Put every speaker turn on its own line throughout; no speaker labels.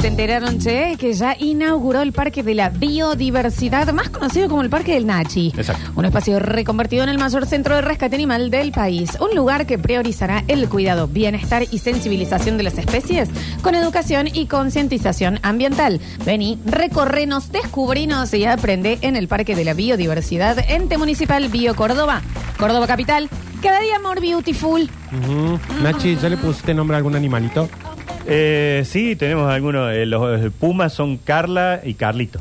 se enteraron, che, que ya inauguró el Parque de la Biodiversidad, más conocido como el Parque del Nachi.
Exacto.
Un espacio reconvertido en el mayor centro de rescate animal del país. Un lugar que priorizará el cuidado, bienestar y sensibilización de las especies con educación y concientización ambiental. Vení, recorrenos, descubrinos y aprende en el Parque de la Biodiversidad, Ente Municipal Bio Córdoba, Córdoba Capital. Cada día more beautiful.
Ujú. Nachi, ¿ya le pusiste nombre a algún animalito?
Eh, sí, tenemos algunos. eh, los eh, pumas son Carla y Carlito.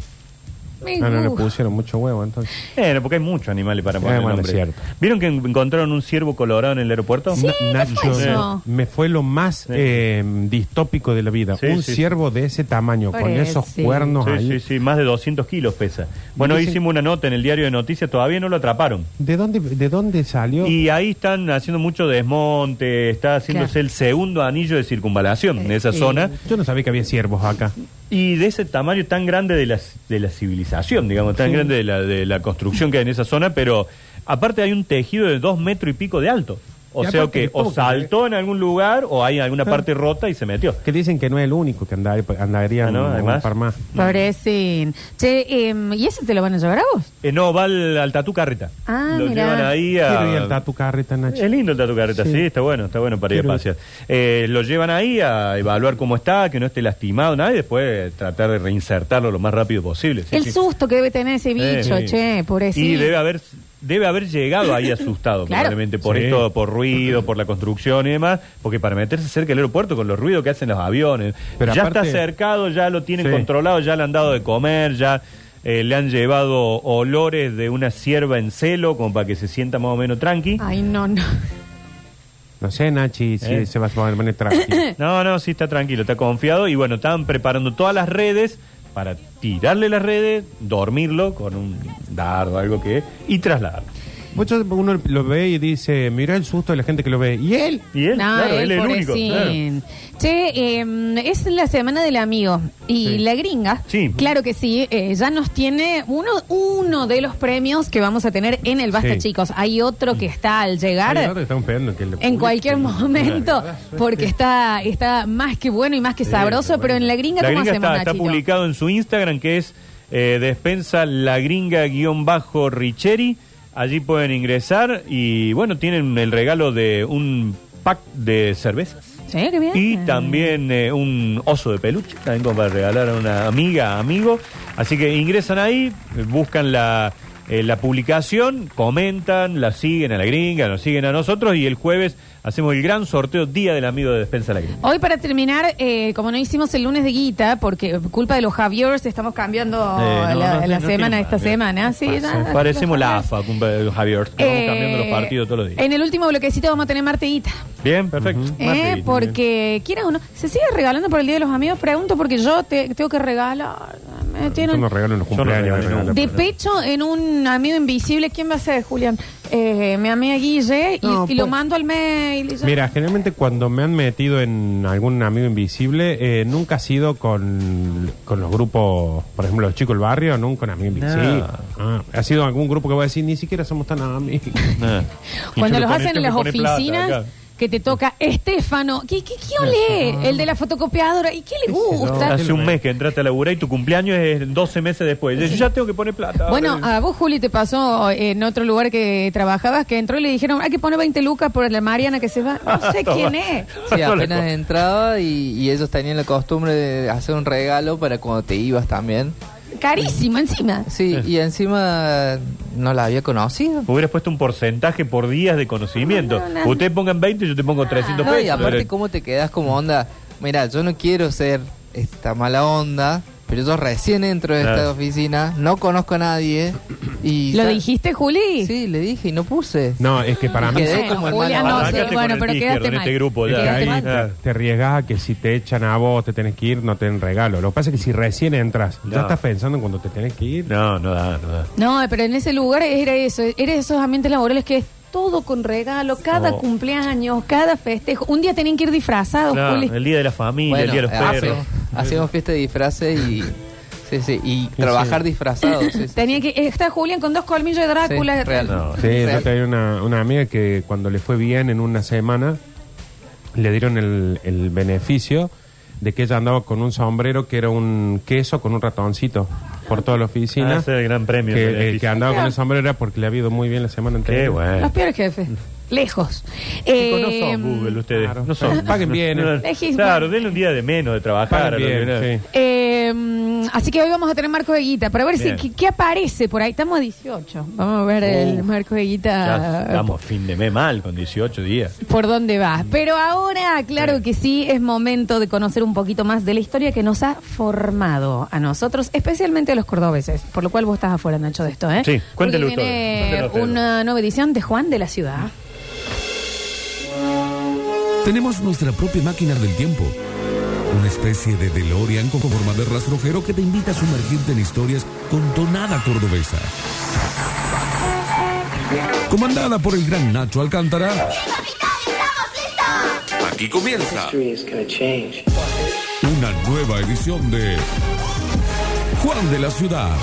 Me
Ah, No, no le
gusta.
pusieron mucho huevo, entonces.
Eh, porque hay muchos animales para
Sí,
poner
bueno,
nombre.
es cierto.
¿Vieron que en- encontraron un ciervo colorado en el aeropuerto?
Sí. ¿qué fue eso?
eh, me fue lo más eh, distópico de la vida.
Sí,
un
sí,
ciervo de ese tamaño, con esos
Pobrecito.
cuernos
Sí,
ahí.
sí, sí, más de 200 kilos pesa. Bueno, hoy
Dicen-
hicimos una nota en el diario de noticias, todavía no lo atraparon.
¿De dónde, ¿De dónde salió?
Y ahí están haciendo mucho desmonte, está haciéndose
Claro.
el segundo anillo de circunvalación en esa
Sí.
zona.
Yo no sabía que había ciervos acá.
Y de ese tamaño tan grande de la, de la civilización, digamos, tan grande de la, de la construcción que hay en esa zona, pero aparte hay un tejido de dos metros y pico de alto. O
Y
sea
aparte
que
que
o
todo-
saltó en algún lugar o hay
Ah.
alguna parte rota y se metió.
Que dicen que no es el único que andar, andaría
Ah, ¿no? ¿Hay
un
más?
par más.
Pobrecín. Che, em, ¿y ese te lo van a llevar a vos?
Eh, no, va al, al Tatú Carreta.
Ah,
Lo
mirá.
llevan ahí a...
Quiero ir al Tatu Carreta, Nachi.
Es lindo el Tatu Carreta,
Sí.
sí. está bueno, está bueno para ir a
Quiero ir.
pasear. Eh, lo llevan ahí a evaluar cómo está, que no esté lastimado, nada, y después tratar de reinsertarlo lo más rápido posible. sí,
el
sí.
susto que debe tener ese bicho,
Sí.
che, pobrecito.
Y debe haber, debe haber llegado ahí asustado,
Claro.
probablemente, por
Sí.
esto, por ruido, por la construcción y demás, porque para meterse cerca del aeropuerto con los ruidos que hacen los aviones,
Pero
ya
aparte-
está cercado, ya lo tienen
Sí.
controlado, ya le han dado de comer, ya eh, le han llevado olores de una sierva en celo, como para que se sienta más o menos tranqui.
Ay, no, no.
No sé, Nachi, si
Eh.
se va a poner tranquilo.
No, no, sí está tranquilo, está confiado. Y bueno, estaban preparando todas las redes para tirarle las redes, dormirlo con un dardo, algo que... Y trasladarlo.
Muchos Pues uno lo ve y dice, mira el susto de la gente que lo ve. Y él,
Y
No,
él, claro,
el
él es el único.
pobrecín.
claro.
Che, em, es la semana del amigo. Y
Sí.
la gringa,
Sí.
claro que sí, eh, ya nos tiene uno, uno de los premios que vamos a tener en el Basta,
Sí.
chicos. Hay otro que está al llegar.
Ay, ahora estamos esperando que lo
En
publiquen.
cualquier momento, porque está está más que bueno y más que sabroso,
bueno.
pero en la gringa,
La
¿cómo
gringa
hacemos,
está, está
Nachito?
publicado en su Instagram que es eh, despensa la gringa guión bajo Richeri. Allí pueden ingresar y bueno, tienen el regalo de un pack de cervezas
Sí, qué bien.
y también eh, un oso de peluche, también como para regalar a una amiga, amigo. Así que ingresan ahí, eh, buscan la, eh, la publicación, comentan, la siguen a la gringa, nos siguen a nosotros y el jueves hacemos el gran sorteo Día del Amigo de Despensa la Gringa.
Hoy para terminar, eh, como no hicimos el lunes de guita, porque culpa de los Javiers estamos cambiando
Eh, no,
Oh, la, la
no, no, no
semana
tiene eh,
esta
Javier.
semana. Sí,
Pasa.
nada,
Parecemos la
Javier.
AFA, cumple- Javier. Estamos
Eh,
cambiando los partidos todos los días.
En el último bloquecito vamos a tener Marte Guita.
Bien, perfecto.
¿eh?
Marte, bien.
porque, quieras o no, se sigue regalando por el Día de los Amigos, pregunto, porque yo te, tengo que regalar. Me
Yo
tienen-
no regalo en los
Yo no
cumpleaños.
regalo,
regalo.
no.
de pecho en un amigo invisible, ¿quién va a ser, Julián? Eh, mi amiga Guille, y,
No,
y lo
pues-
mando al mail. y ya.
Mira, generalmente cuando me han metido en algún amigo invisible, eh, nunca ha sido con, con los grupos, por ejemplo, los chicos del barrio, nunca un amigo invisible.
No.
Ah, ha sido algún grupo que voy a decir, ni siquiera somos tan amigos.
Ah.
Cuando
Y yo
los
le
hacen
pone-
en las
tengo que poner
oficinas,
plata acá.
que te toca Estefano. ¿Qué, qué, qué olé? El de la fotocopiadora. ¿Y qué le gusta?
Hace un mes que entraste a laburar y tu cumpleaños es 12 meses después. Yo ya tengo que poner plata.
Bueno,
Ahora-
a vos, Juli, te pasó eh, en otro lugar que trabajabas que entró y le dijeron, hay que poner 20 lucas por la Mariana que se va. No ah, sé
Toma.
quién es.
Sí,
Toda la
apenas
cosa.
entraba y, y ellos tenían la costumbre de hacer un regalo para cuando te ibas también.
Carísimo encima.
Sí, y encima no la había conocido.
Hubieras puesto un porcentaje por días de conocimiento.
No, Ah. no, no.
Ustedes pongan 20 y yo te pongo 300
No,
pesos.
y aparte
Pero-
cómo te quedas como onda, mira, yo no quiero ser esta mala onda, pero yo recién entro de esta
Claro.
oficina, no conozco a nadie y...
¿Lo
ya-
dijiste, Juli?
Sí, le dije y no puse.
No, es que para mí
Quedé
Bueno,
como el
Julia,
malo.
no, sí,
Arrancate con
bueno,
el
pero
izquierdo
quedaste
en
mal.
este grupo, ya.
Quedaste
ahí
mal.
Ah.
te arriesgas a que si te echan a vos, te tenés que ir, no te den regalo. Lo que pasa es que si recién entras, ya
No.
estás pensando en cuando te tenés que ir.
No, no da, no da.
No, pero en ese lugar era eso, era esos ambientes laborales que es todo con regalo, cada
Oh.
cumpleaños, cada festejo. Un día tenían que ir disfrazados,
No,
Ah, Juli.
el día de la familia, el
Bueno,
día de los
eh, hace-
perros.
hacemos fiesta de disfraces y... Sí, sí, y trabajar disfrazados. sí, sí.
Tenía que estar Julián con dos colmillos de Drácula.
Sí, real.
No.
Sí, yo
Real.
tenía una, una amiga que cuando le fue bien en una semana, le dieron el, el beneficio de que ella andaba con un sombrero que era un queso con un ratoncito por toda la oficina.
Ah, ese es el gran premio
Que,
del
eh,
edificio.
que andaba con el sombrero era porque le había ido muy bien la semana anterior.
Qué bueno.
Los peores jefes. Lejos.
Chicos, no
Eh,
son Google ustedes.
claro.
No son.
Paguen bien, eh.
Elegís-
Claro, denle un día de menos de trabajar.
Pagan
a los
bien,
que-
sí.
eh, así que hoy vamos a tener marco de guita para ver si
Bien.
qué, qué aparece por ahí. Estamos a 18. Vamos a ver el
Uh,
marco de
Ah.
Ya
guita
estamos Mm. fin de mes mal con 18 días.
por dónde vas. Pero ahora, claro que sí, es momento de conocer un poquito más de la historia que nos ha formado a nosotros, especialmente a los cordobeses. Por lo cual vos estás afuera, Nacho, de esto, ¿eh?
Sí, cuéntelo
Porque viene
ustedes, cuéntelo ustedes.
una nueva edición de Juan de la Ciudad.
Tenemos nuestra propia máquina del tiempo. Una especie de DeLorean con forma de rastrojero que te invita a sumergirte en historias con tonada cordobesa. Comandada por el gran Nacho Alcántara, aquí comienza
history is going to change.
una nueva edición de Juan de la Ciudad.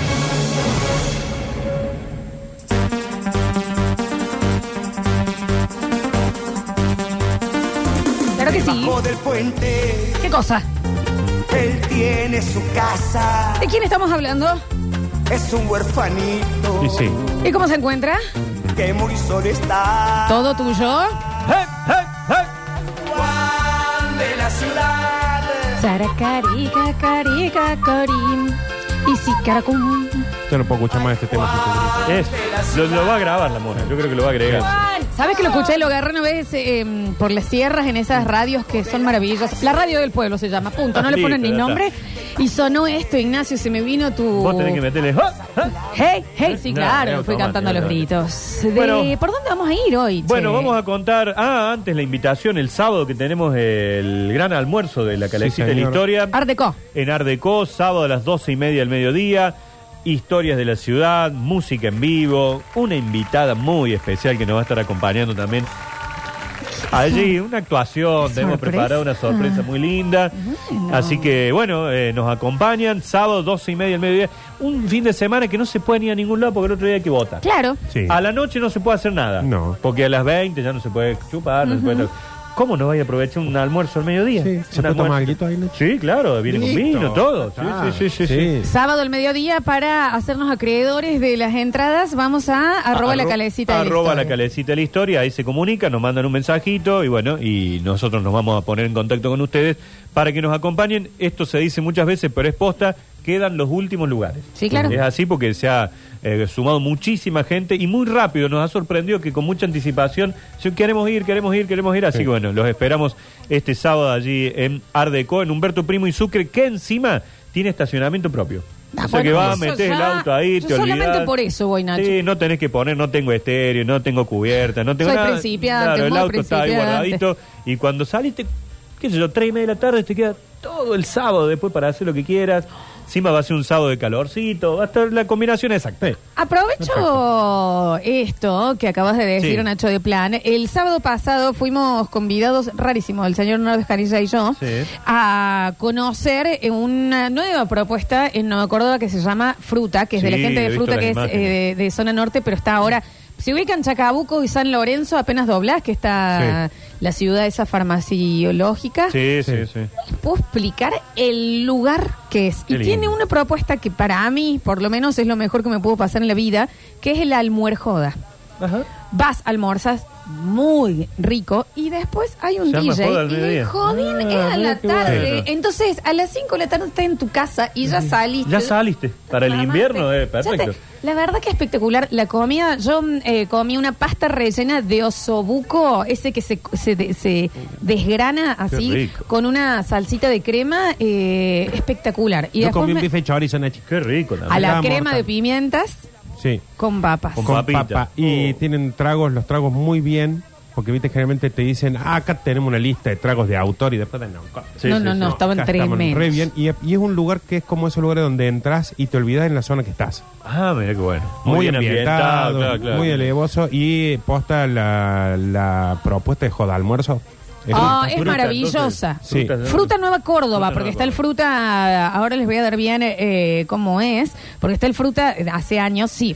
Claro que sí.
Debajo del puente,
¿Qué cosa?
él tiene su casa.
¿De quién estamos hablando?
Es un huerfanito
Y sí.
¿Y cómo se encuentra?
que muy solo está.
¿Todo tuyo?
Juan de la ciudad.
Saracarica, carica, corim. Y si caracum.
Yo no puedo escuchar más este tema. sin tu grito.
Es, lo, lo va a grabar la mona. Yo creo que lo va a agregar.
¿Sabes que lo escuché? Lo agarré una vez eh, por las sierras en esas radios que son maravillosas. La radio del pueblo se llama, punto. No le
Listo,
ponen ni
ya está.
nombre. Y sonó esto, Ignacio, se me vino tu...
Vos tenés que meterle. ¡Ah! ¡Ah!
Hey, hey, sí,
No,
claro,
no,
fui
toma,
cantando a los
no, no.
gritos. De-
Bueno.
¿Por dónde vamos a ir hoy? che?
Bueno, vamos a contar. Ah, antes la invitación. El sábado que tenemos el gran almuerzo de la Calexita de la
señor.
Historia.
Art Deco.
en Ardeco, sábado a las doce y media del mediodía. Historias de la ciudad, música en vivo, una invitada muy especial que nos va a estar acompañando también. Allí, una actuación,
Qué
tenemos
sorpresa.
preparada una sorpresa muy linda.
Bueno.
Así que, bueno, eh, nos acompañan sábado, doce y media del mediodía. Un fin de semana que no se puede ir a ningún lado porque el otro día hay que votar.
Claro.
Sí.
A la noche no se puede hacer nada.
No.
Porque a las 20 ya no se puede chupar, no se puede... ¿Cómo no vais a aprovechar un almuerzo al mediodía?
Sí.
Un
¿Se puede tomar
almuerzo.
alguito ahí, Nacho?
Sí, claro, viene con
Listo.
vino, todo. Sí,
Ah,
sí, sí, sí, sí.
Sábado al mediodía para hacernos acreedores de las entradas, vamos a arroba la
Arro-
calecita. de la
Arroba la
historia.
calecita de la historia, ahí se comunica, nos mandan un mensajito y bueno, y nosotros nos vamos a poner en contacto con ustedes para que nos acompañen. Esto se dice muchas veces, pero es posta, quedan los últimos lugares.
Sí, claro.
Es así porque se ha eh, sumado muchísima gente y muy rápido nos ha sorprendido que con mucha anticipación, si queremos ir, queremos ir, queremos ir, así que bueno, los esperamos este sábado allí en Ardeco, en Humberto Primo y Sucre, que encima tiene estacionamiento propio.
Ah,
o sea
bueno,
que vas,
eso
metés el
ya-
auto ahí,
yo
te
solamente
olvidás.
por eso voy, Nacho.
Sí, no tenés que poner, no tengo estéreo, no tengo cubierta, no tengo
Soy
nada.
principiante,
Claro, el
muy
auto está ahí
principiante.
guardadito. Y cuando saliste, qué sé yo, tres y media de la tarde, te queda todo el sábado después para hacer lo que quieras. Encima va a ser un sábado de calorcito, va a estar la combinación exacta.
Aprovecho esto que acabas de decir,
Sí.
Nacho de Plan. El sábado pasado fuimos convidados, rarísimo, el señor Nordes Canilla y yo,
Sí.
a conocer eh, una nueva propuesta en Nueva Córdoba que se llama Fruta, que es de la
Sí,
gente
he
de
visto
Fruta,
las
que es
imágenes.
eh, de, de zona norte, pero está ahora. Se ubican Chacabuco y San Lorenzo, apenas doblás, que está la ciudad esa farmaciológica.
Sí, sí, sí.
puedo explicar el lugar que es.
Qué
y
lindo.
tiene una propuesta que para mí, por lo menos, es lo mejor que me pudo pasar en la vida, que es el almuerjoda.
Ajá.
Vas, almorzas muy rico y después hay un
Se llama
DJ.
joda al
y el
mediodía.
jodín
Ah,
es a
mira
la
qué bueno.
tarde.
Sí.
Entonces, a las 5 de la tarde estás en tu casa y ya saliste.
Ya saliste. Para el
Mamá,
invierno,
te-
eh, perfecto.
ya te- la verdad que espectacular. La comida, yo mm, eh, comí una pasta rellena de osobuco, ese que se, se, de- se desgrana así,
rico.
con una salsita de crema eh, espectacular. Y
Yo
después
comí un
me-
bife chorizo, Nachi.
Qué rico
a
también.
la
Estaba
crema
mortal.
de pimientas
Sí.
con papas.
Con
Con,
papita.
papa. Y
Oh.
tienen tragos, los tragos muy bien. Porque viste, generalmente te dicen, ah, acá tenemos una lista de tragos de autor y después de no.
Sí,
no,
sí,
no,
sí.
no, estaban
acá
tremendos.
re bien. Y, y es un lugar que es como esos lugares donde entras y te olvidas en la zona que estás.
Ah, mira qué bueno.
Muy,
bien
ambientado,
claro, claro.
muy elevoso. Y posta la, la propuesta de joda almuerzo. Es
Ah,
un-
es maravillosa.
Sí.
¿no?
Fruta Nueva Córdoba,
Fruta
porque
Nueva
está el
Córdoba.
fruta, ahora les voy a dar bien eh, cómo es, porque está el fruta eh, hace años, sí,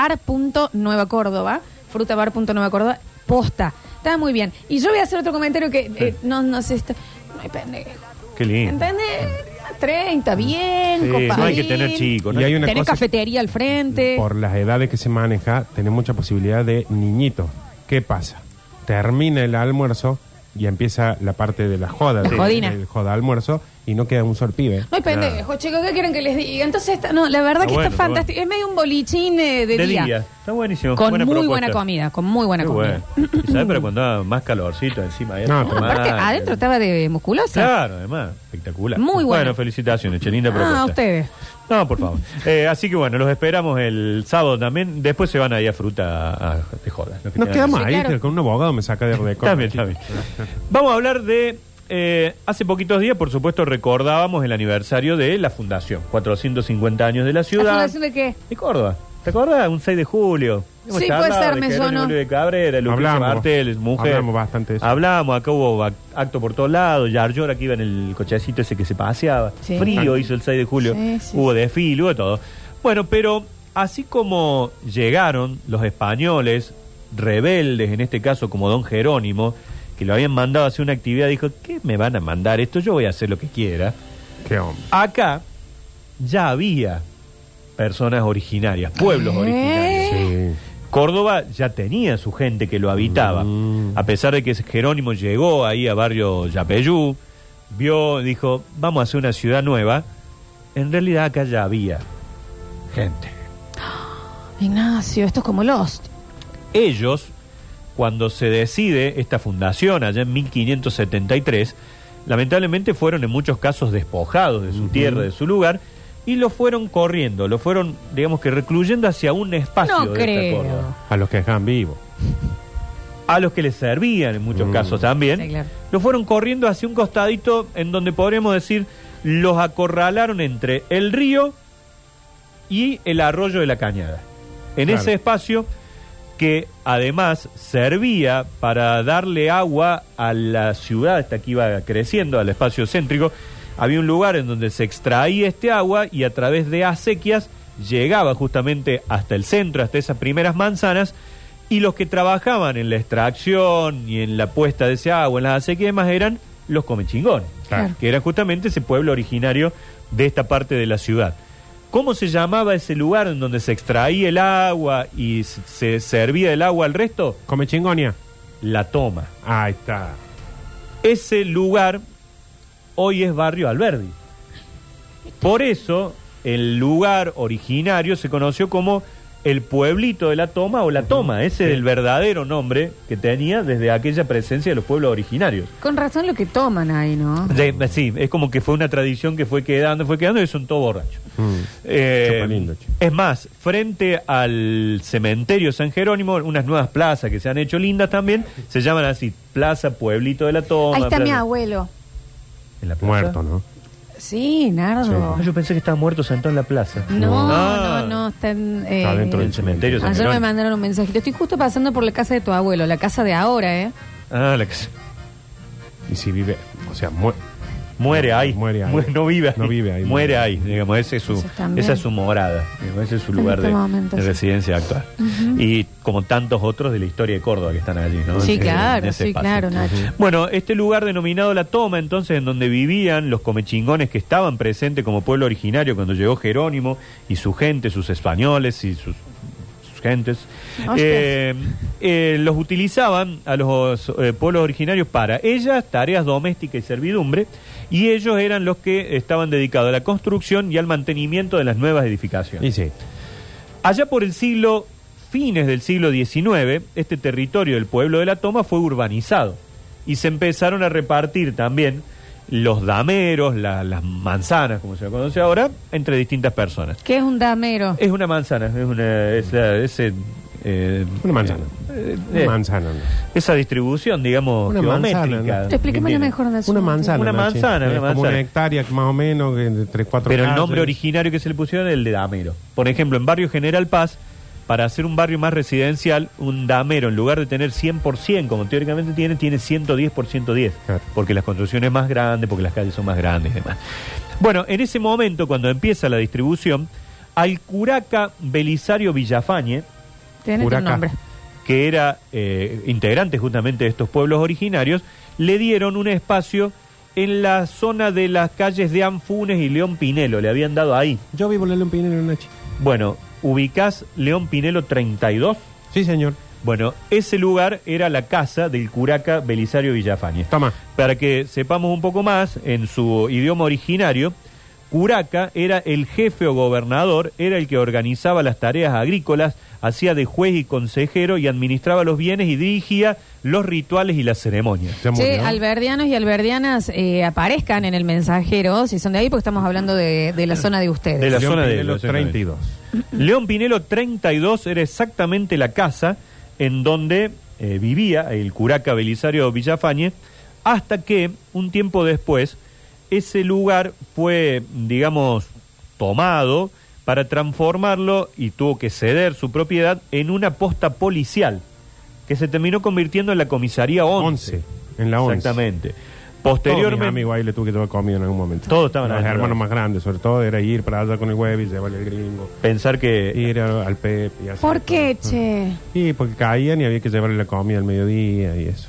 frutabar.nueva Córdoba, frutabar.nueva Córdoba, posta, está muy bien. Y yo voy a hacer otro comentario que eh, no, no sé, está- Ay, pendejo.
Qué lindo.
¿Entendés? 30, bien,
Sí,
compadre.
no hay que tener chicos, no
Y hay una
Tenés
cosa-
cafetería al frente.
Por las edades que se maneja, tenés mucha posibilidad de niñito. ¿Qué pasa? Termina el almuerzo y empieza la parte de la joda.
La
de-
jodina. Ah.
del joda almuerzo y no queda un sol pibe.
No hay pendejo, chicos, ¿qué quieren que les diga? Entonces, está- no, la verdad
Está
que
Ah, bueno,
está
está
fantástico. Es medio un bolichín eh, de,
De
día.
día. Está buenísimo.
Con
Buena
muy
propuesta.
buena comida, con muy buena
Qué
comida.
bueno. Y sabes, pero cuando daba más calorcito encima. era
No,
más
pero-
No, aparte,
mal.
adentro estaba de musculosa. Ah,
Claro, además, espectacular.
Muy bueno.
Bueno, felicitaciones, che, linda
Ah,
propuesta.
a ustedes.
No, por favor. Eh, así que bueno, los esperamos el sábado también. Después se van ahí a fruta a, a- de joda. lo que
Nos
tengan.
quedamos ahí,
claro.
que con un abogado me saca de récord.
Está bien, está bien. Vamos a hablar de. eh, hace poquitos días, por supuesto, recordábamos el aniversario de la fundación. 450 años de la ciudad.
¿La fundación de qué?
De Córdoba. ¿Te acuerdas? Un 6 de julio. Hemos
Sí, puede
charlado
ser,
de
me
Jerónimo
sonó.
de Cabrera, Lucrecia
Hablamos.
Martel, mujer.
Hablamos bastante de eso.
Hablamos, acá hubo ac- acto por todos lados. Yarlora que iba en el cochecito ese que se paseaba.
Sí.
Ah.
Frío hizo el 6 de julio.
Sí, sí,
hubo desfile, hubo todo. Bueno, pero así como llegaron los españoles, rebeldes en este caso, como don Jerónimo, que lo habían mandado a hacer una actividad, dijo: ¿Qué me van a mandar esto? Yo voy a hacer lo que quiera.
Qué hombre.
Acá ya había personas originarias, pueblos
¿Eh?
originarios.
Sí.
Córdoba ya tenía su gente que lo habitaba. A pesar de que Jerónimo llegó ahí a barrio Yapeyú, vio, dijo, vamos a hacer una ciudad nueva. En realidad acá ya había gente.
Ignacio, esto es como Lost.
Ellos, cuando se decide esta fundación allá en 1573, lamentablemente fueron en muchos casos despojados de su tierra, de su lugar, y lo fueron corriendo, lo fueron, digamos que recluyendo hacia un espacio
No
Ah, de este
creo.
esta Córdoba.
A los que dejan vivo.
a los que les servían en muchos casos también,
Sí, claro.
lo fueron corriendo hacia un costadito en donde podríamos decir los acorralaron entre el río y el arroyo de la cañada. En
Claro.
ese espacio que además servía para darle agua a la ciudad, hasta que iba creciendo, al espacio céntrico, había un lugar en donde se extraía este agua y a través de acequias llegaba justamente hasta el centro, hasta esas primeras manzanas, y los que trabajaban en la extracción y en la puesta de ese agua en las acequias y demás eran los comechingones,
Claro.
que era justamente ese pueblo originario de esta parte de la ciudad. ¿Cómo se llamaba ese lugar en donde se extraía el agua y se- se servía el agua al resto?
Come chingonia.
La toma.
Ahí está.
Ese lugar hoy es Barrio Alberdi. Por eso el lugar originario se conoció como el pueblito de la toma o la toma. Ese es el verdadero nombre que tenía desde aquella presencia de los pueblos originarios.
Con razón lo que toman ahí, ¿no?
De- sí, es como que fue una tradición que fue quedando, fue quedando y son todo borracho.
Mm.
Eh,
Súper lindo, che.
es más, frente al cementerio San Jerónimo, unas nuevas plazas que se han hecho lindas también, se llaman así, Plaza Pueblito de la Toma.
Ahí está
Plaza-
mi abuelo.
¿En la plaza?
Muerto, ¿no?
Sí, Nardo.
Ah, Yo pensé que estaba muerto sentado en la plaza.
No,
Ah.
no, no, está en,
Está
eh,
dentro
del cementerio. San
Ayer me
Jerónimo.
mandaron un mensajito. Estoy justo pasando por la casa de tu abuelo, la casa de ahora, ¿eh?
Ah, la que se-
Y si vive, o sea, muerto.
Muere ahí.
Muere ahí.
Muere- no vive ahí.
No vive ahí.
Muere ahí. Digamos, ese es su,
Eso también.
esa es su morada. digamos, ese es su
En
lugar
este
de,
momento,
de
sí.
residencia actual. Y como tantos otros de la historia de Córdoba que están allí, ¿no?
Sí,
En-
claro,
en ese
sí,
espacio.
claro, Nacho.
Bueno, este lugar denominado La Toma, entonces, en donde vivían los comechingones que estaban presentes como pueblo originario cuando llegó Jerónimo y su gente, sus españoles y sus, sus gentes,
Hostias.
eh, eh, los utilizaban a los eh, pueblos originarios para ellas, tareas domésticas y servidumbre, y ellos eran los que estaban dedicados a la construcción y al mantenimiento de las nuevas edificaciones.
Y sí.
Allá por el siglo, fines del siglo XIX, este territorio del pueblo de la Toma fue urbanizado y se empezaron a repartir también los dameros, la- las manzanas, como se la conoce ahora, entre distintas personas.
Que es un damero.
Es una manzana, es una... es la- ese, eh,
Una manzana.
eh,
Una
eh,
manzana. ¿no?
esa distribución, digamos,
Una manzana,
geométrica.
¿no?
Te explícamelo
¿Entiendes?
mejor, Nacho.
Una manzana.
Una
Nachi.
manzana,
Es
una
Como
manzana.
una hectárea más o menos, que de tres, cuatro
Pero el
calles.
nombre originario que se le pusieron es el de damero. Por ejemplo, en barrio General Paz, para hacer un barrio más residencial, un damero, en lugar de tener 100%, como teóricamente tiene, tiene 110% 10.
Claro.
Porque las construcciones más grandes, porque las calles son más grandes y demás. Bueno, en ese momento, cuando empieza la distribución, al curaca Belisario Villafañe,
Tiene tu
Huracán.
nombre.
que era eh, integrante justamente de estos pueblos originarios, le dieron un espacio en la zona de las calles de Anfunes y León Pinelo. Le habían dado ahí.
Yo vivo en León Pinelo en una chica.
Bueno, ubicás León Pinelo 32.
Sí, señor.
Bueno, ese lugar era la casa del curaca Belisario Villafañe.
Toma.
Para que sepamos un poco más, en su idioma originario, Curaca era el jefe o gobernador, era el que organizaba las tareas agrícolas, hacía de juez y consejero y administraba los bienes y dirigía los rituales y las ceremonias.
Che,
Se murió.
alberdianos y alberdianas eh, aparezcan en el mensajero, si son de ahí, porque estamos hablando de, de la zona de ustedes.
De la
León
zona de
Pinelo
los
32.
León Pinelo 32 era exactamente la casa en donde eh, vivía el curaca Belisario Villafañe, hasta que un tiempo después ese lugar fue, digamos, tomado para transformarlo y tuvo que ceder su propiedad en una posta policial, que se terminó convirtiendo en la comisaría 11.
11. En la 11.
Exactamente.
Posteriormente.
Posteriormente...
amigo ahí le tuve que tomar comida en algún momento.
Todos estaban
Los
adentro.
hermanos más grandes, sobre todo, era ir para allá con el web y llevarle al gringo.
Pensar que
Ir al, al Pepe. y hacer
¿Por qué,
todo.
che?
Sí, porque caían y había que llevarle la comida al mediodía y eso.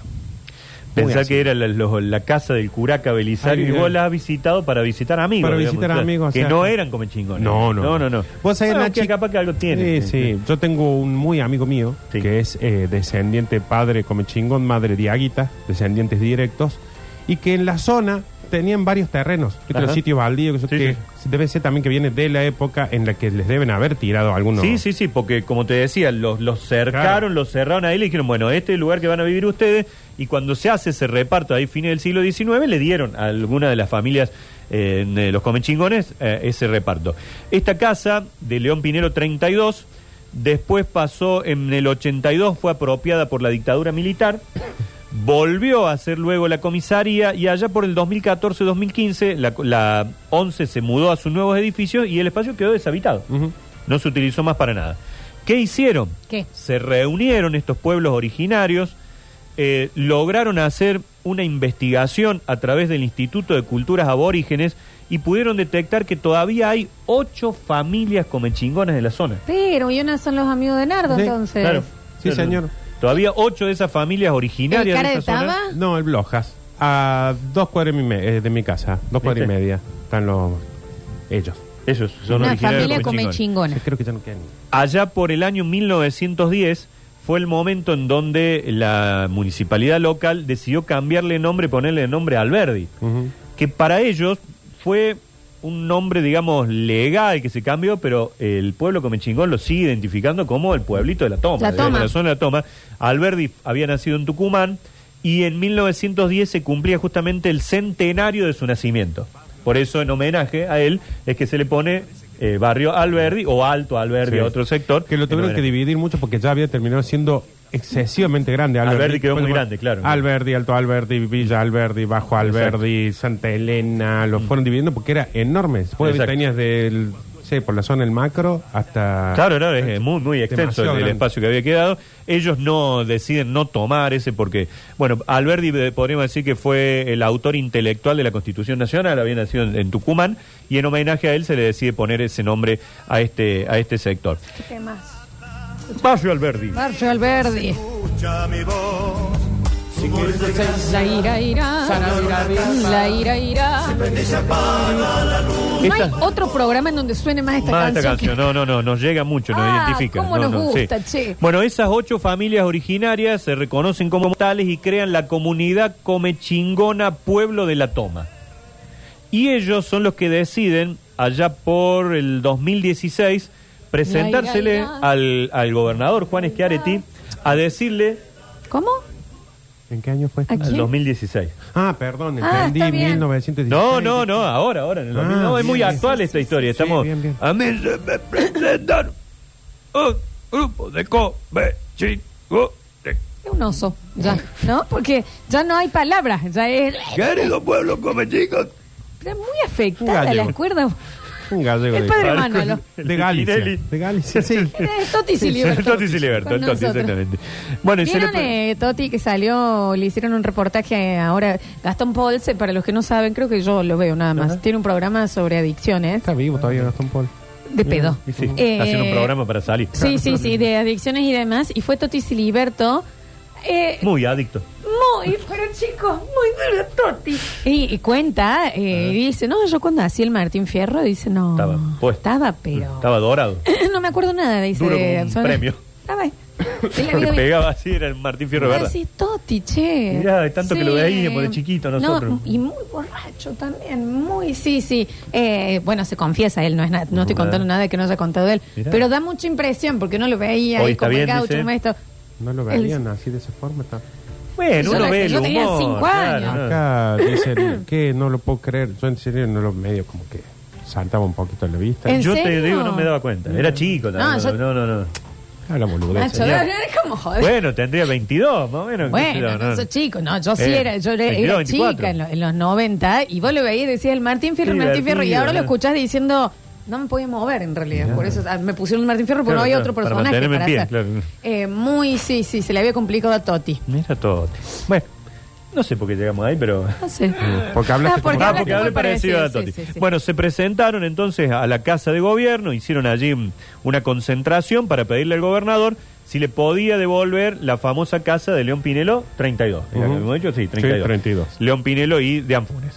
Pensar que era la, los- la casa del curaca Belisario
Ay,
y
bien.
vos la has visitado para visitar amigos.
eh. Para
digamos,
visitar
claro,
amigos, o
Que
sea,
no eran come chingones.
No, no.
No, no, no.
Vos sabés,
Bueno,
Nachi-
que capaz que algo tiene.
Sí, sí. Yo tengo un muy amigo mío
Sí.
que es eh, descendiente padre comechingón, madre diaguita, descendientes directos, y que en la zona tenían varios terrenos, ¿viste?
Ajá.
los sitios baldíos, que, eso
Sí,
que
sí.
debe ser también que viene de la época en la que les deben haber tirado algunos.
Sí, sí, sí, porque como te decía, los, los cercaron,
Claro.
los cerraron ahí, le dijeron, bueno, este es el lugar que van a vivir ustedes, y cuando se hace ese reparto ahí, fines del siglo XIX, le dieron a alguna de las familias eh, de los comechingones eh, ese reparto. Esta casa de León Pinero 32, después pasó en el 82, fue apropiada por la dictadura militar. Volvió a ser luego la comisaría y allá por el 2014-2015 la, la 11 se mudó a sus nuevos edificios y el espacio quedó deshabitado.
Ujú.
No se utilizó más para nada. ¿Qué hicieron?
¿Qué?
Se reunieron estos pueblos originarios, eh, lograron hacer una investigación a través del Instituto de Culturas Aborígenes y pudieron detectar que todavía hay ocho familias comechingonas en la zona.
Pero, y una son los amigos de Nardo,
Sí,
entonces.
Sí, señor.
Todavía ocho de esas familias
¿El
originarias
cara
de
de
esa zona.
Taba?
No, el Blojas. A dos cuadras y me- eh, de mi casa, dos cuadras y
¿Viste?
media, están los ellos.
Esos son
Una
originarios de
familia come
Comechingones.
chingona.
Creo que ya no quedan.
Allá por el año 1910 fue el momento en donde la municipalidad local decidió cambiarle nombre y ponerle nombre a Alberdi,
Ujú.
que para ellos fue un nombre, digamos, legal que se cambió, pero el pueblo comechingón lo sigue identificando como el pueblito de la toma,
La
de
Toma.
la zona de la toma. Alberdi había nacido en Tucumán y en 1910 se cumplía justamente el centenario de su nacimiento. Por eso, en homenaje a él, es que se le pone eh, barrio Alberdi o Alto Alberdi,
Sí.
otro sector.
Que lo tuvieron
En
que
homenaje.
dividir mucho porque ya había terminado siendo excesivamente grande. Alberdi,
Alberdi quedó
Después,
muy
bueno,
grande, claro.
Alberdi, Alto Alberdi, Villa Alberdi, Bajo Alberdi, Santa Elena, lo fueron dividiendo porque era enorme. Después
Exacto.
tenías del, sé, por la zona del macro hasta...
Claro, no, es eh, muy, muy extenso el,
Ah. Demasiado grande.
espacio que había quedado. Ellos no deciden no tomar ese porque, bueno, Alberdi eh, podríamos decir que fue el autor intelectual de la Constitución Nacional, había nacido en, en Tucumán, y en homenaje a él se le decide poner ese nombre a este, a este sector.
¿Qué más?
Barrio Alberdi.
Barrio Alberdi.
Escucha mi voz. Si quieres
La ira, ira. La ira, ira. No hay
Esta-
otro programa en donde suene más esta
Más
canción.
esta
que-
canción, no, no, no, nos llega mucho, nos
Ah,
identifica.
cómo
No,
nos
no,
gusta, che.
Bueno, esas ocho familias originarias se reconocen como tales y crean la comunidad Comechingona Pueblo de la Toma. Y ellos son los que deciden, allá por el 2016, presentársele
Ya, ya, ya.
Al, al gobernador Juan Schiaretti a decirle
¿Cómo?
¿En qué año fue? esto?
¿A
al
quién?
2016.
Ah, perdón,
Ah,
entendí,
está bien.
1916.
No, no, no, ahora, ahora. en el
Ah,
2000. no, es
bien,
muy
bien.
actual
Sí,
esta
sí,
historia.
sí,
Estamos.
bien, bien.
A mí se me presentaron un grupo de comechingones.
Es un oso, ya, ¿no? Porque ya no hay palabras, ya es,
Querido pueblo comechingones.
es muy afectada
Gallego.
las cuerdas.
Un gallego
El
de-
padre Manolo.
De Galicia. De Galicia, sí.
Es Toti Siliberto.
El Toti Siliberto, el
Con
Toti,
nosotros.
exactamente. Bueno, y se
¿Vieron
le-
eh, Toti que salió, le hicieron un reportaje ahora? Gastón Polce, para los que no saben, creo que yo lo veo nada más. Tiene un programa sobre adicciones
Ah,
Está vivo todavía Gastón Paul.
de pedo.
Y sí,
Eh,
haciendo un programa para salir.
Sí, sí, sí, de adicciones y demás. Y fue Toti Siliberto. eh,
Muy adicto.
Muy, pero chicos, muy duro, Toti. Y, y cuenta, eh, y dice, no, yo cuando nací el Martín Fierro, dice, no.
Ah. Estaba puesto.
Estaba, pero.
Estaba dorado.
no me acuerdo nada, dice.
Duro como un
absolutamente.
premio.
Estaba ahí. Y la
Porque
vida-
pegaba así, era el Martín Fierro,
Vos
¿verdad?
decís, Toti, che.
Mirá, de tanto que lo veíamos de chiquito nosotros.
No, y muy borracho también, muy, sí, sí. Eh, bueno, se confiesa él, no es nada, no estoy
Mirá.
contando nada que no haya contado él.
Mirá.
Pero da mucha impresión porque no lo veía
Hoy
ahí
está
como el
bien,
gaucho,
dice.
como esto.
No lo
Él-
veían así de esa forma. está-
Bueno,
Yo
uno
la-
ve el
yo tenía
humor,
cinco
claro,
años.
no. Ah.
Acá dicen que no lo puedo creer. Yo en serio no lo medio como que saltaba un poquito a la vista.
¿En
Yo
serio?
te digo, no me daba cuenta. Era chico
No,
también.
yo-
No, no, no.
Ah, la boludez.
Nacho,
señor.
no, no, es como joder.
Bueno, tendría 22, más o menos. qué sé yo,
Bueno, no,
no.
soy chico, no, yo sí
Eh,
era, yo era, era
22, 24.
chica en, lo- en los 90 y vos lo veías y decías el Martín Fierro, el Martín Fierro, y
Divertido,
ahora lo
¿no?
escuchás diciendo, no me podía mover en realidad, por eso ah, me pusieron el Martín Fierro porque
Claro,
no había
claro,
otro
para
personaje
mantenerme en
para
pie,
hacer.
claro.
Eh, muy, sí, sí, se le había complicado a Toti.
Mira todo. Bueno, no sé por qué llegamos ahí, pero.
No sé.
porque hablaste
Ah, porque
como-
Ah,
hablaste
porque
muy
hablé parecido a
parecido,
Toti.
sí, sí, sí.
Bueno, se presentaron entonces a la Casa de Gobierno, hicieron allí mm, una concentración para pedirle al gobernador si le podía devolver la famosa casa de León Pinelo 32. ¿Era
Ujú.
que habíamos dicho? Sí,
Sí,
32.
32.
León Pinelo y de Anfunes.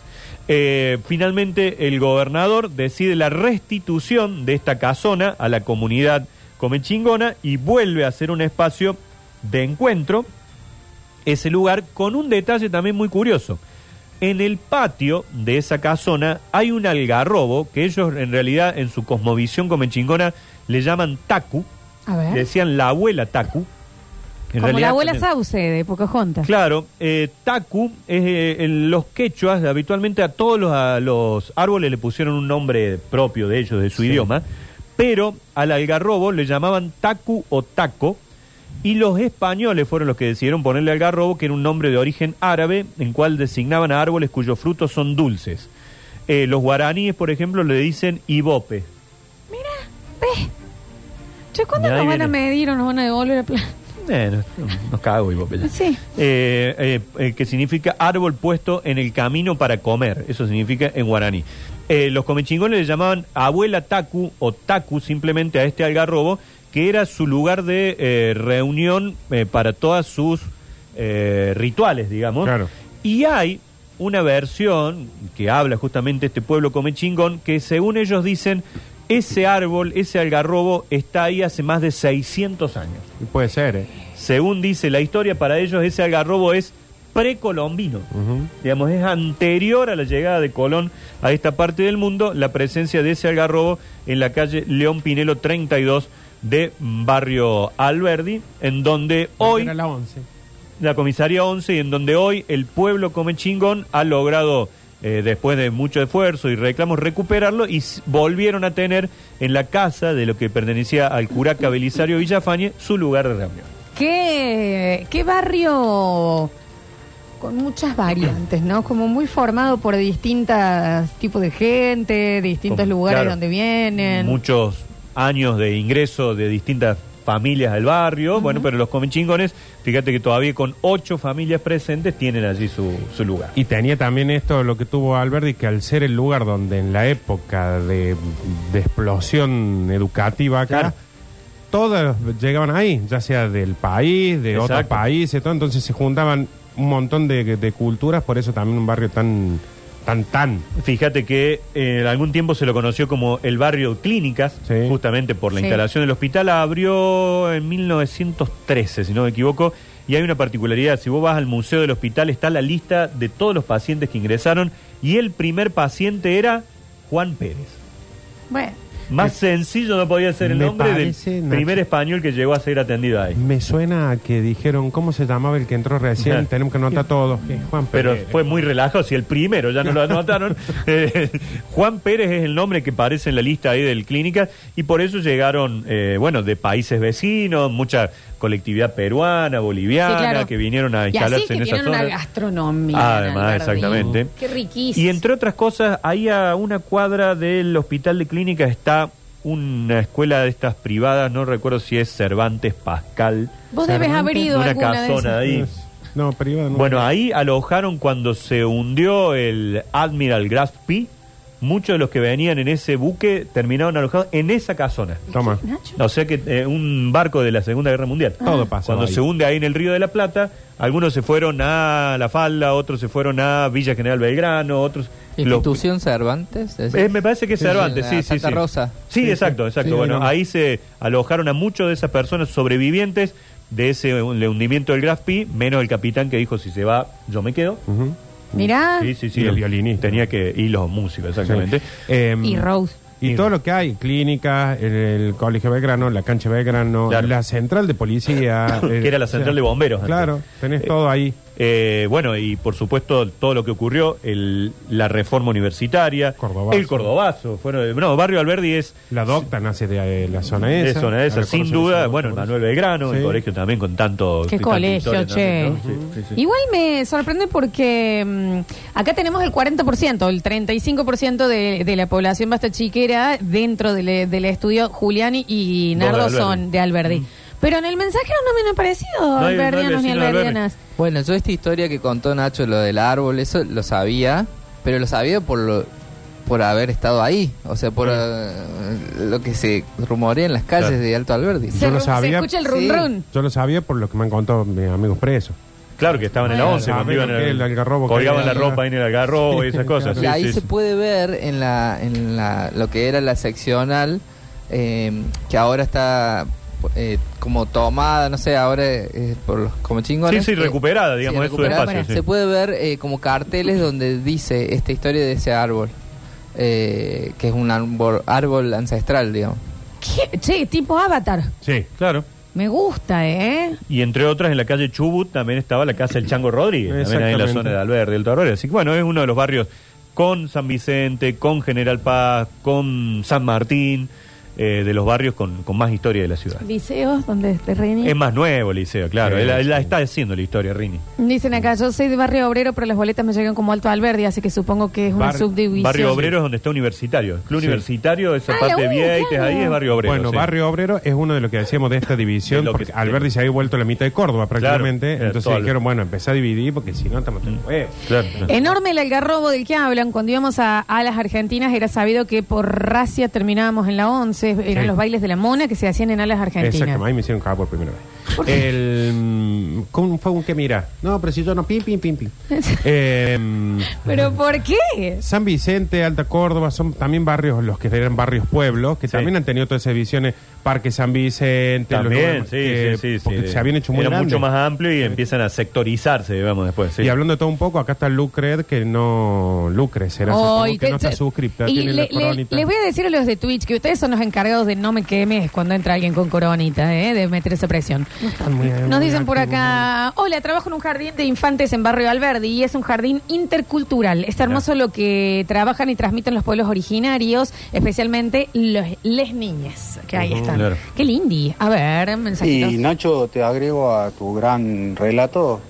Eh, finalmente, el gobernador decide la restitución de esta casona a la comunidad comechingona y vuelve a ser un espacio de encuentro ese lugar con un detalle también muy curioso. En el patio de esa casona hay un algarrobo que ellos en realidad en su cosmovisión comechingona le llaman tacu,
A ver.
le decían la abuela tacu. En
¿Eh? Como
realidad,
la abuela
en el-
Sauce de Pocahontas.
Claro, eh, tacu, es, eh, en los quechuas habitualmente a todos los, a los árboles le pusieron un nombre propio de ellos, de su idioma, pero al algarrobo le llamaban tacu o taco, y los españoles fueron los que decidieron ponerle algarrobo, que era un nombre de origen árabe, en cual designaban a árboles cuyos frutos son dulces. Eh, los guaraníes, por ejemplo, le dicen ibope.
Che, ¿cuándo
Y ahí
nos van a
viene.
medir o nos van a devolver el plan?
Bueno, nos cago ibope. ya.
Sí.
Eh, eh, eh, que significa árbol puesto en el camino para comer. Eso significa en guaraní. Eh, los comechingones le llamaban abuela tacu o tacu simplemente a este algarrobo, que era su lugar de eh, reunión eh, para todas sus eh, rituales, digamos.
Claro.
Y hay una versión que habla justamente este pueblo comechingón, que según ellos dicen, ese árbol, ese algarrobo, está ahí hace más de 600 años.
Y Puede ser, ¿eh?
Según dice la historia, para ellos ese algarrobo es precolombino.
Ujú.
Digamos, es anterior a la llegada de Colón a esta parte del mundo, la presencia de ese algarrobo en la calle León Pinelo 32 de Barrio Alberdi, en donde hoy
Era la 11.
la comisaría 11 y en donde hoy el pueblo come chingón ha logrado, eh, después de mucho esfuerzo y reclamos, recuperarlo y s- volvieron a tener en la casa de lo que pertenecía al curaca Belisario Villafañe su lugar de reunión.
¿Qué, qué barrio con muchas variantes, ¿no? Como muy formado por distintos tipos de gente, distintos
Como,
lugares
claro,
donde vienen.
Muchos años de ingreso de distintas familias al barrio. Bueno, pero los comechingones, fíjate que todavía con ocho familias presentes tienen allí su, su lugar.
Y tenía también esto, lo que tuvo Alberti, que al ser el lugar donde en la época de, de explosión educativa acá,
Claro.
todos llegaban ahí, ya sea del país, de otros
Exacto.
países, todo, entonces se juntaban un montón de, de culturas, por eso también un barrio tan, tan, tan.
Fíjate que eh, en algún tiempo se lo conoció como el barrio Clínicas,
Sí.
justamente por la
Sí.
instalación del hospital. Abrió en 1913, si no me equivoco. Y hay una particularidad, si vos vas al museo del hospital está la lista de todos los pacientes que ingresaron y el primer paciente era Juan Pérez.
Bueno,
Más sencillo no podía ser el
me
nombre
parece,
del
Nacho.
primer español que llegó a ser atendido ahí.
Me suena a que dijeron, ¿cómo se llamaba el que entró recién?
Claro.
Tenemos que anotar todo. Eh, Juan
Pero
Pérez.
fue muy relajado, si el primero ya no lo anotaron. Eh, Juan Pérez es el nombre que aparece en la lista ahí del clínica y por eso llegaron, eh, bueno, de países vecinos, mucha colectividad peruana, boliviana,
sí, claro.
que vinieron
Y
a
así
instalarse
que
en esa
tienen
zona. Ah,
una gastronomía. en
Además,
Alberdi.
exactamente.
Qué riquísimo.
Y entre otras cosas, ahí a una cuadra del hospital de clínica está una escuela de estas privadas, no recuerdo si es Cervantes Pascal.
Vos debes haber ido a
una
alguna de
casona
esas.
ahí.
No, pero iba de nuevo.
Bueno, ahí alojaron cuando se hundió el Admiral Graf P. muchos de los que venían en ese buque terminaron alojados en esa casona.
Toma.
Nacho.
O sea que eh, un barco de la Segunda Guerra Mundial.
Ah. Todo pasaba
Cuando
ahí.
se hunde ahí en el Río de la Plata, algunos se fueron a La Falda, otros se fueron a Villa General Belgrano, otros... los-
Institución Cervantes. es-
Eh, me parece que es
Sí, sí,
Cervantes,
la
sí, sí,
Santa
sí.
Rosa.
Sí, exacto, exacto.
Sí,
bueno,
digamos.
ahí se alojaron a muchas de esas personas sobrevivientes de ese hun- hundimiento del Graf Pi, menos el capitán que dijo, si se va, yo me quedo.
Ujú.
Mirá.
Sí, sí, sí.
Y el
él
violinista.
Tenía que... Y los músicos, exactamente.
Sí. Em,
Y Rose.
Y todo lo que hay, clínicas, el, el colegio Belgrano, la cancha Belgrano,
Claro.
la central de policía. eh,
Que era la
o sea,
central de bomberos antes.
Claro, tenés todo ahí.
Eh, bueno, y por supuesto todo lo que ocurrió, el- la reforma universitaria,
Cordobazo.
el Cordobazo, fueron, no, Barrio Alberdi es
La docta nace de eh, la zona
de
esa.
zona esa,
Ahora
sin
conocen
duda,
esa
bueno, el
docta,
Manuel Belgrano, el
Sí.
colegio también con tanto...
Qué
tanta
colegio,
historia
che.
también, ¿no? Sí, sí, sí.
Igual me sorprende porque mm, acá tenemos el 40%, el 35% de, de la población basta chiquera dentro del, del estudio Julián y- y
No, de
Nardo
Alberdi.
son de Alberdi. Pero en el mensajero no me han aparecido
hay- no hay
alberdianos ni
vecino de Alberdi.
alberdianas.
Bueno, yo esta historia que contó Nacho, lo del árbol, eso lo sabía, pero lo sabía por lo, por haber estado ahí, o sea, por eh, lo que se rumorea en las calles
Claro.
de Alto Alberdi.
Se,
lo
ru- se
sabía.
escucha el run
Sí.
run.
Yo lo sabía por lo que me han contado mis amigos presos.
Claro que estaban en la
Bueno.
11,
Ah,
cuando
ven
iban
lo
al-
que es el algarrobo que
colgaban la
había.
ropa ahí en el algarrobo y esas cosas. Ah,
y
sí,
ahí
sí,
se
sí.
puede ver en la, en la, lo que era la seccional, eh, que ahora está eh, como tomada, no sé, ahora eh, por los como chingones.
Sí, sí,
eh,
recuperada, digamos, es su espacio, sí.
Se puede ver eh, como carteles donde dice esta historia de ese árbol, eh, que es un árbol, árbol ancestral, digamos.
¿Qué? Che, tipo avatar.
Sí, claro.
Me gusta, ¿eh?
Y entre otras, en la calle Chubut también estaba la casa del Chango Rodríguez, también ahí en la
Exactamente.
zona de Alberdi, del Torre. Así que bueno, es uno de los barrios con San Vicente, con General Paz, con San Martín, eh, de los barrios con, con más historia de la ciudad.
Liceos, donde te reñí.
Es más nuevo el liceo, claro.
Sí,
él, él la
sí.
está haciendo la historia, Rini.
Dicen acá, yo soy de barrio obrero, pero las boletas me llegan como alto alberdi, así que supongo que es una
Bar-
subdivisión.
Barrio Obrero es donde está Universitario. El Club
Sí.
Universitario, esa
Ah,
parte de
la U,
Vieites,
claro.
ahí es Barrio Obrero.
bueno,
sí.
Barrio Obrero es uno de lo que decíamos de esta división,
De lo que
porque
se-
Alberti se había vuelto la mitad de Córdoba prácticamente.
era
entonces
todo
dijeron, bueno, empecé a dividir porque si no estamos... Eh,
Claro, claro.
Enorme el algarrobo del que hablan. Cuando íbamos a, a las Argentinas era sabido que por racia terminábamos en la 11. Eran
Sí.
los bailes de la mona que se hacían en alas
Exacto,
argentinas.
ahí me hicieron cagar por primera vez. El, mm, ¿Cómo fue un que mira? No, pero si yo no, pim, pim, pim, pim. Eh, mm,
¿Pero por qué?
San Vicente, Alta Córdoba, son también barrios, los que eran barrios pueblos, que
Sí.
también han tenido todas esas visiones, Parque San Vicente, los
También,
lugares
sí,
que-
sí, sí.
porque
sí.
se habían hecho muy
Era
grandes.
mucho más amplio y empiezan a sectorizarse, digamos, después. sí.
Y hablando de todo un poco, acá está Lucred, que no. Lucre será, supongo
Ay,
que no
te-
está
te-
suscripta,
y
tiene
le-
la
le-
coronita.
les voy a decir a los de Twitch que ustedes son los encargados de no me quemes cuando entra alguien con coronita, ¿eh? de meter esa presión.
Están muy- muy
Nos dicen por
activos.
acá, hola, trabajo en un jardín de infantes en Barrio Alberdi y es un jardín intercultural. Es hermoso lo que trabajan y transmiten los pueblos originarios, especialmente los, les niñas, que ahí
Ujú,
están.
claro.
Qué lindi. A ver, mensajitos.
Y Nacho, te agrego a tu gran relato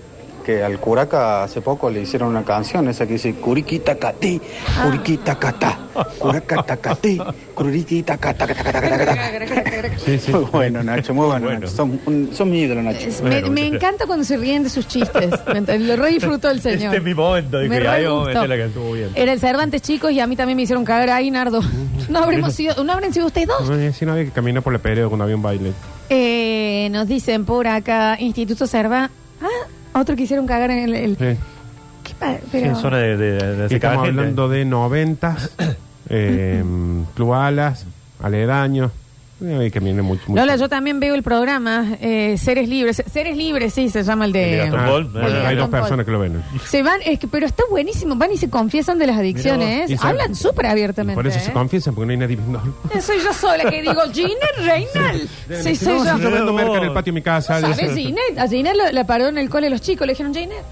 que al Curaca hace poco le hicieron una canción, esa que dice Curiquita catí,
Ah.
Curiquita catá, Curaca tacatí, Curiquita catá, catá, catá, catá, catá".
Sí, sí.
Muy bueno, Nacho, muy bueno.
Bueno.
Nacho. Son, un- son mi ídolo, Nacho.
Es- me, me encanta cuando se ríen de sus chistes. ¿me entiendes? Lo re disfruto el
Este
señor.
es mi momento, dije,
Me re
ahí vamos a
gustó.
meter la que estuvo bien.
Era el Cervantes, chicos, y a mí también me hicieron cagar ahí, Nardo. No, habremos sido, no habrán sido ustedes dos.
Eh, Si no había que caminar por la Pereo cuando había un baile.
Eh, nos dicen por acá, Instituto Serva. Ah, otro que hicieron cagar en el. el-
Sí.
¿Qué pa-
Sí,
pero-
en zona de, de, de secada
Y Estamos
gente.
hablando de noventas, eh, Club Alas, Aledaño. eh, Hay que viene mucho. mucho.
Lola, yo también veo el programa eh, Seres Libres. Seres Libres, sí, se llama el
El de
de.
Gastón
Ah,
Paul,
bueno,
eh,
hay dos
Gastón Paul.
personas que lo ven.
Se van, es que, pero está buenísimo. Van y se confiesan de las adicciones.
Y se-
Hablan súper abiertamente.
Y Por eso se
¿eh?
confiesan, porque no hay nadie viendo.
Soy yo sola que digo, Gina Reynal. Sí, soy
No,
yo.
si yo
Mira
vendo merca en el
vos.
patio de mi casa.
¿Sabes,
dice-
Ginette? A Ginette la, la paró en el cole los chicos. Le dijeron, Ginette,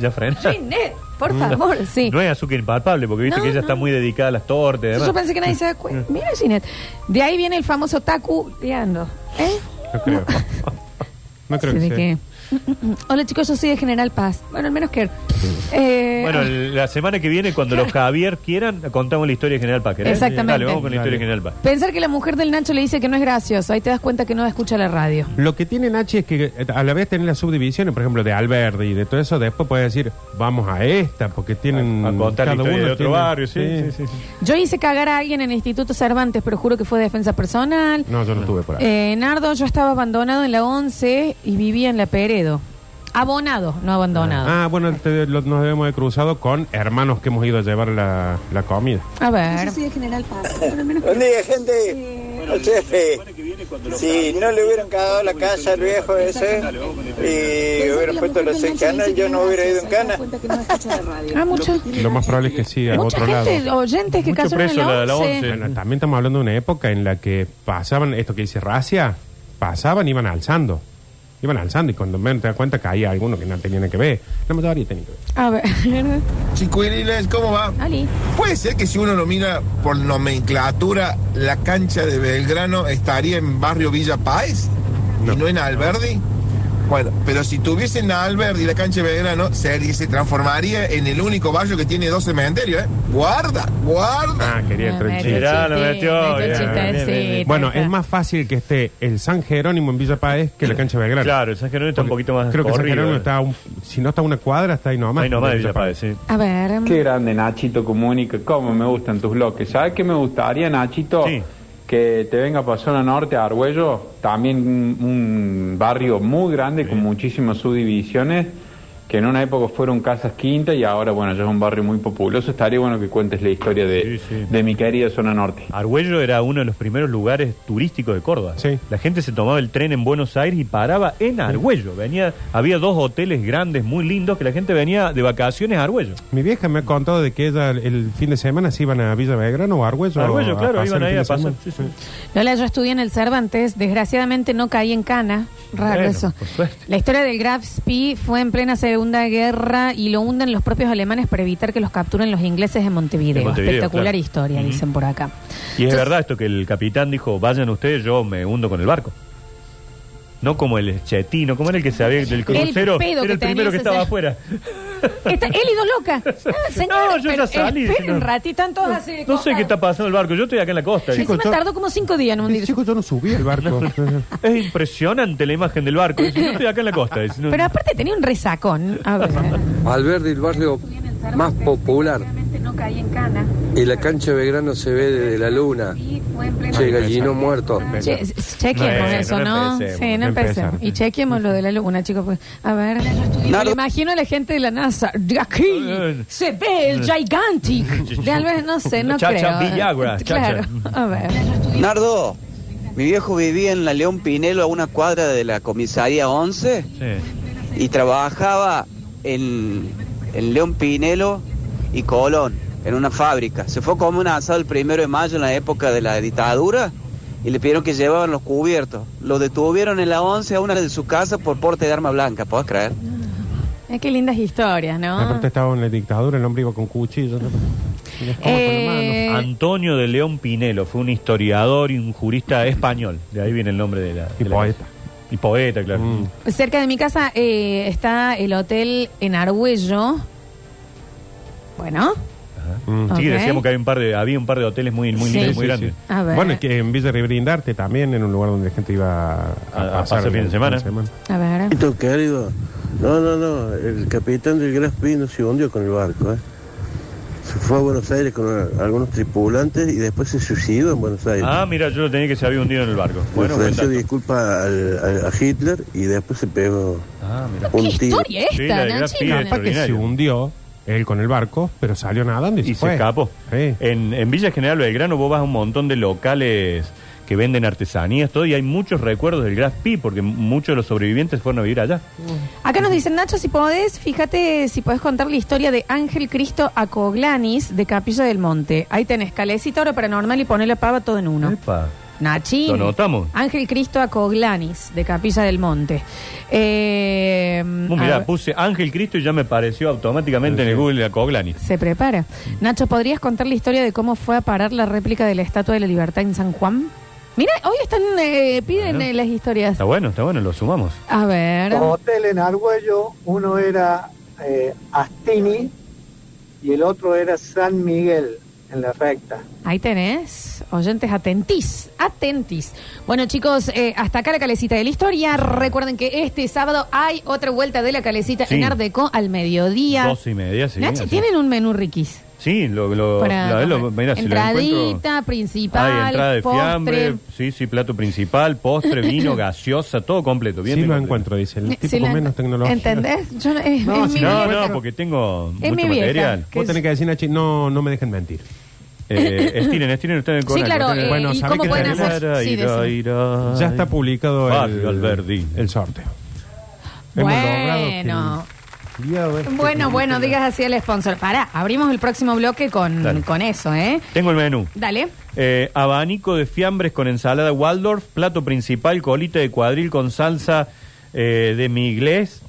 Ya frena.
Ginette, por favor. Sí.
No es azúcar impalpable, porque viste
No,
que ella
no.
está muy dedicada a las tortas. y
Sí,
demás.
Yo pensé que nadie se da cuenta.
Mm.
Mira, Ginette. De ahí viene el famoso Taku Leando. ¿Eh?
No creo. No creo
Se ve
que sea.
que- mm, Hola chicos, yo soy de General Paz. Bueno, al menos que...
Mm.
Eh,
Bueno, el- la semana que viene, cuando los Javier quieran, contamos la historia de General Paz. ¿querés?
Exactamente.
Dale, vamos con la historia de
Dale.
General Paz.
Pensar que la mujer del Nacho le dice que no es gracioso, ahí te das cuenta que no escucha la radio.
Lo que tiene Nachi es que eh, a la vez tener las subdivisiones, por ejemplo, de Alberdi y de todo eso, después puedes decir, vamos a esta, porque tienen.
A contar la
Mm,
historia
cada uno
de otro
tiene-
barrio, sí, sí, sí, sí.
Yo hice cagar a alguien en el Instituto Cervantes, pero juro que fue defensa personal.
No, yo no estuve por ahí.
Eh, Nardo, yo estaba abandonado en la 11 y vivía en la Peredo. Abonado, no abandonado.
Ah, bueno, te- lo- nos debemos de cruzado con hermanos que hemos ido a llevar la, la comida.
A ver.
Yo soy de General Paz. pero al menos
Buen día, gente. Al jefe. Si no le hubieran cagado la casa al viejo ese y hubieran puesto los encanas, yo no hubiera ido en cana.
cuenta que no escucha la radio.
Ah, mucha,
Lo más probable es que sí, a
mucha
otro
gente,
lado.
oyentes que
Mucho
casaron en
preso la de
la
la
11.
11.
Bueno, también estamos hablando de una época en la que pasaban, esto que dice racia, pasaban, iban alzando. Iban alzando y cuando menos te das cuenta caía alguno que no tenía nada que ver. La mayoría tenía que ver.
A ver.
Chicuiriles, ¿cómo va?
Ali.
Puede ser que si uno lo mira por nomenclatura, la cancha de Belgrano estaría en barrio Villa Páez
No.
y no en Alberdi. Bueno, pero si tuviesen a Alberdi la cancha de Belgrano, se, se transformaría en el único barrio que tiene dos cementerios, ¿eh? Guarda, guarda.
Ah, quería entrar en
Bueno,
Chile.
Mirá, lo
chiste,
metió,
metió
bien,
chistecito,
bien, bien, bien.
Eh, Bueno,
está.
es más fácil que esté el San Jerónimo en Villa Páez que la cancha de Belgrano.
Claro, el San Jerónimo está un
Porque
poquito más
Creo que San
corrido,
Jerónimo
eh.
está, a un- si no está a una cuadra, está ahí nomás.
Ahí nomás de
Villa
Villa Páez, sí.
A ver.
Qué grande, Nachito Comunica. Cómo me gustan tus bloques. ¿Sabes qué me gustaría, Nachito?
Sí.
Que te venga para zona norte, a Argüello. También un, un barrio muy grande con muchísimas subdivisiones. Que en una época fueron casas quintas y ahora, bueno, ya es un barrio muy populoso. Estaría bueno que cuentes la historia de,
Sí, sí.
de mi querida zona norte.
Argüello era uno de los primeros lugares turísticos de Córdoba.
Sí.
La gente se tomaba el tren en Buenos Aires y paraba en Argüello. Venía, había dos hoteles grandes, muy lindos, que la gente venía de vacaciones a Argüello.
Mi vieja me ha contado de que ella el fin de semana se iban a Villa Belgrano o a Argüello.
Argüello,
a
claro,
pasar
iban
el
ahí
fin
a
de
pasar.
semana.
Sí, sí.
Lola, yo estudié en el Cervantes, desgraciadamente no caí en cana. Raro
Bueno,
eso.
por suerte.
La historia del Graf Spee fue en plena Segunda Guerra y lo hunden los propios alemanes para evitar que los capturen los ingleses en Montevideo.
En Montevideo,
Espectacular
claro.
historia, dicen por acá.
Y es
Entonces-
verdad esto que el capitán dijo, vayan ustedes, yo me hundo con el barco. No como el chetino, como era el que se había del crucero,
pedo
era
que
el
tenía
primero que
ese señor.
estaba afuera.
Está Elido loca. Ah, señor,
No, yo
pero
ya salí,
Esperen
señor.
un ratito, tanto así.
No sé qué está pasando el barco, yo estoy acá en la costa.
Chicos,
Encima
yo-
tardó como cinco días en
Dice,
hundirse.
chicos, yo no subí al barco.
Es impresionante la imagen del barco. Dice, Yo estoy acá en la costa. Dice, no-
Pero aparte tenía un resacón. A ver.
Alberdi, el barrio más popular.
No caí en cana.
Y la cancha de Belgrano se ve desde la luna. Che, gallino muerto.
Che- chequemos
Bueno,
eso, ¿no?
no
sí,
empecemos,
no
no
empecemos.
empezar.
Y chequemos lo de la luna, chicos. pues. A ver. Me lo imagino a la gente de la NASA. De aquí se ve el gigantic. De Albert, no sé, no
Chacha
creo.
Villagra,
Claro.
chacha.
A ver.
Nardo, mi viejo vivía en la León Pinelo a una cuadra de la comisaría 11
Sí.
y trabajaba en, en León Pinelo y Colón, en una fábrica. Se fue como un asado el primero de mayo en la época de la dictadura y le pidieron que llevaban los cubiertos. Lo detuvieron en la 11 a una de su casa por porte de arma blanca, ¿podés creer?
Eh, Qué lindas historias, ¿no?
Aparte estaba en la dictadura, el hombre iba con cuchillo. Y les como con la mano.
Eh,
Antonio de León Pinelo fue un historiador y un jurista español. De ahí viene el nombre de la.
Y
de la-
poeta.
y poeta, claro.
Mm.
Cerca de mi casa eh, está el hotel en Argüello. Bueno,
Mm, Sí,
Ok.
decíamos que había un par de, había un par de hoteles muy, muy
Sí.
lindos,
Sí,
muy
sí,
grandes.
a ver.
Bueno, es que en Villa Rebrindarte también, en un lugar donde la gente iba a,
A- a pasar el fin de semana.
A ver.
querido. No, no, no. El capitán del Graf P no se hundió con el barco. ¿eh? Se fue a Buenos Aires con una- algunos tripulantes y después se suicidó en Buenos Aires.
Ah, mira, yo lo tenía que se había hundido en el barco.
Le
Bueno,
ofreció
buen dato.
disculpa al- al- a Hitler y después se pegó
Ah, mira.
¿Qué
un tiro.
historia
Sí, la
esta,
de Gran
Nachi?
Piedra,
No, no.
Capaz que se
Extraordinario.
hundió él con el barco, pero salió nadando y,
Y
fue.
se escapó. Eh,
Sí.
En, en Villa General Belgrano vos vas a un montón de locales que venden artesanías, todo, y hay muchos recuerdos del Graf Pi, porque m- muchos de los sobrevivientes fueron a vivir allá.
Acá nos dicen, Nacho, si podés, fíjate si podés contar la historia de Ángel Cristo Acoglanis de Capilla del Monte. Ahí tenés calecita, hora paranormal y poné la pava todo en uno.
Epa.
Nachi.
Lo anotamos.
Ángel Cristo Acoglanis de Capilla del Monte. Eh,
Bueno,
a
Uh, mirá,
ver,
puse Ángel Cristo y ya me pareció automáticamente en el Google de Coglani.
se prepara. Nacho, ¿podrías contar la historia de cómo fue a parar la réplica de la Estatua de la Libertad en San Juan? Mira, hoy están, eh, piden eh, las historias.
Está bueno, está bueno, lo sumamos.
A ver.
Oh,
Dos hoteles en Argüello, uno era eh, Astini y el otro era San Miguel, en la recta.
Ahí tenés, oyentes atentís, atentís. Bueno chicos, eh, hasta acá la calecita de la historia. Recuerden que este sábado hay otra vuelta de la calecita
Sí.
en Ardeco al mediodía.
Dos y media, sí.
Nachi,
así.
tienen un menú riquís.
Sí, lo, lo,
Para
la- lo-
comer.
mira, si lo encuentro-
Entradita, principal,
Hay entrada de
postre. Eh,
fiambre, sí, sí, plato principal, postre, vino, gaseosa, todo completo. Bien
Sí lo
completo.
encuentro, dice. El
Eh,
tipo
sí,
con
la-
menos tecnología.
¿Entendés? Yo, no- es-
No,
es
si
mi-
no, no, porque tengo
Es mi
mucho
vieja.
material.
que
Vos tenés que decir, Nachi, no, no me dejen mentir.
Eh, estiren, estiren ustedes con
Sí, claro,
el-
eh,
Bueno,
¿y
¿sabés
cómo
que
pueden
tenemos?
hacer? Sí,
Ira,
decime.
ira.
Ya está publicado el,
Barrio Alberdi.
el sorteo. Hemos logrado que
Bueno.
el día de hoy-
Bueno, bueno, digas así al sponsor. Pará, abrimos el próximo bloque con,
Dale.
con eso, ¿eh?
Tengo el menú.
Dale.
Eh, abanico de fiambres con ensalada Waldorf, plato principal, colita de cuadril con salsa eh, de miglés,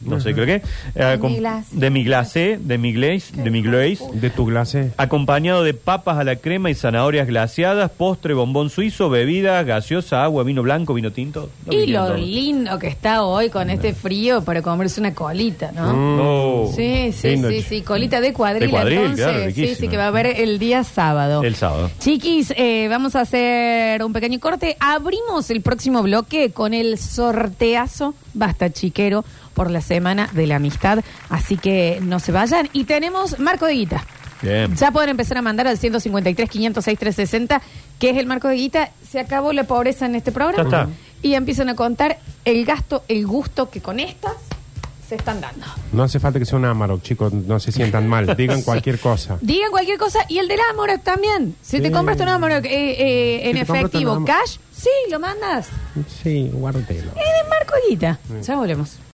no sé, creo que. eh, con-
miglacé.
de miglacé, de miglés, de miglés,
De tu clase.
acompañado de papas a la crema y zanahorias glaciadas, postre, bombón suizo, bebida, gaseosa, agua, vino blanco, vino tinto. No,
Y
vino
lo
tinto.
lindo que está hoy con este frío para comerse una colita, ¿no?
Oh.
Ah. Sí, sí,
Mm. lindo,
sí,
che.
sí, colita de cuadrilla.
De cuadril,
entonces,
claro,
sí, sí,
riquísimo.
que va a haber el día sábado.
El sábado.
Chiquis, eh, vamos a hacer un pequeño corte. Abrimos el próximo bloque con el sorteazo Basta Chiquero por la Semana de la Amistad. Así que no se vayan. Y tenemos Marco de Guita.
Bien.
Ya pueden empezar a mandar al 153 506 360, que es el marco de guita. Se acabó la pobreza en este programa.
Ya está.
Y empiezan a contar el gasto, el gusto que con estas se están dando.
No hace falta que sea un Amarok, chicos. No se sientan mal. Digan cualquier cosa.
Digan cualquier cosa y el del Amorak también. Si te
Sí.
compras un Amorak eh, eh,
Si
en
te compras
efectivo,
un Amorak.
cash, sí, lo mandas.
Sí, guárdelo.
Es el marco de guita. Ya volvemos.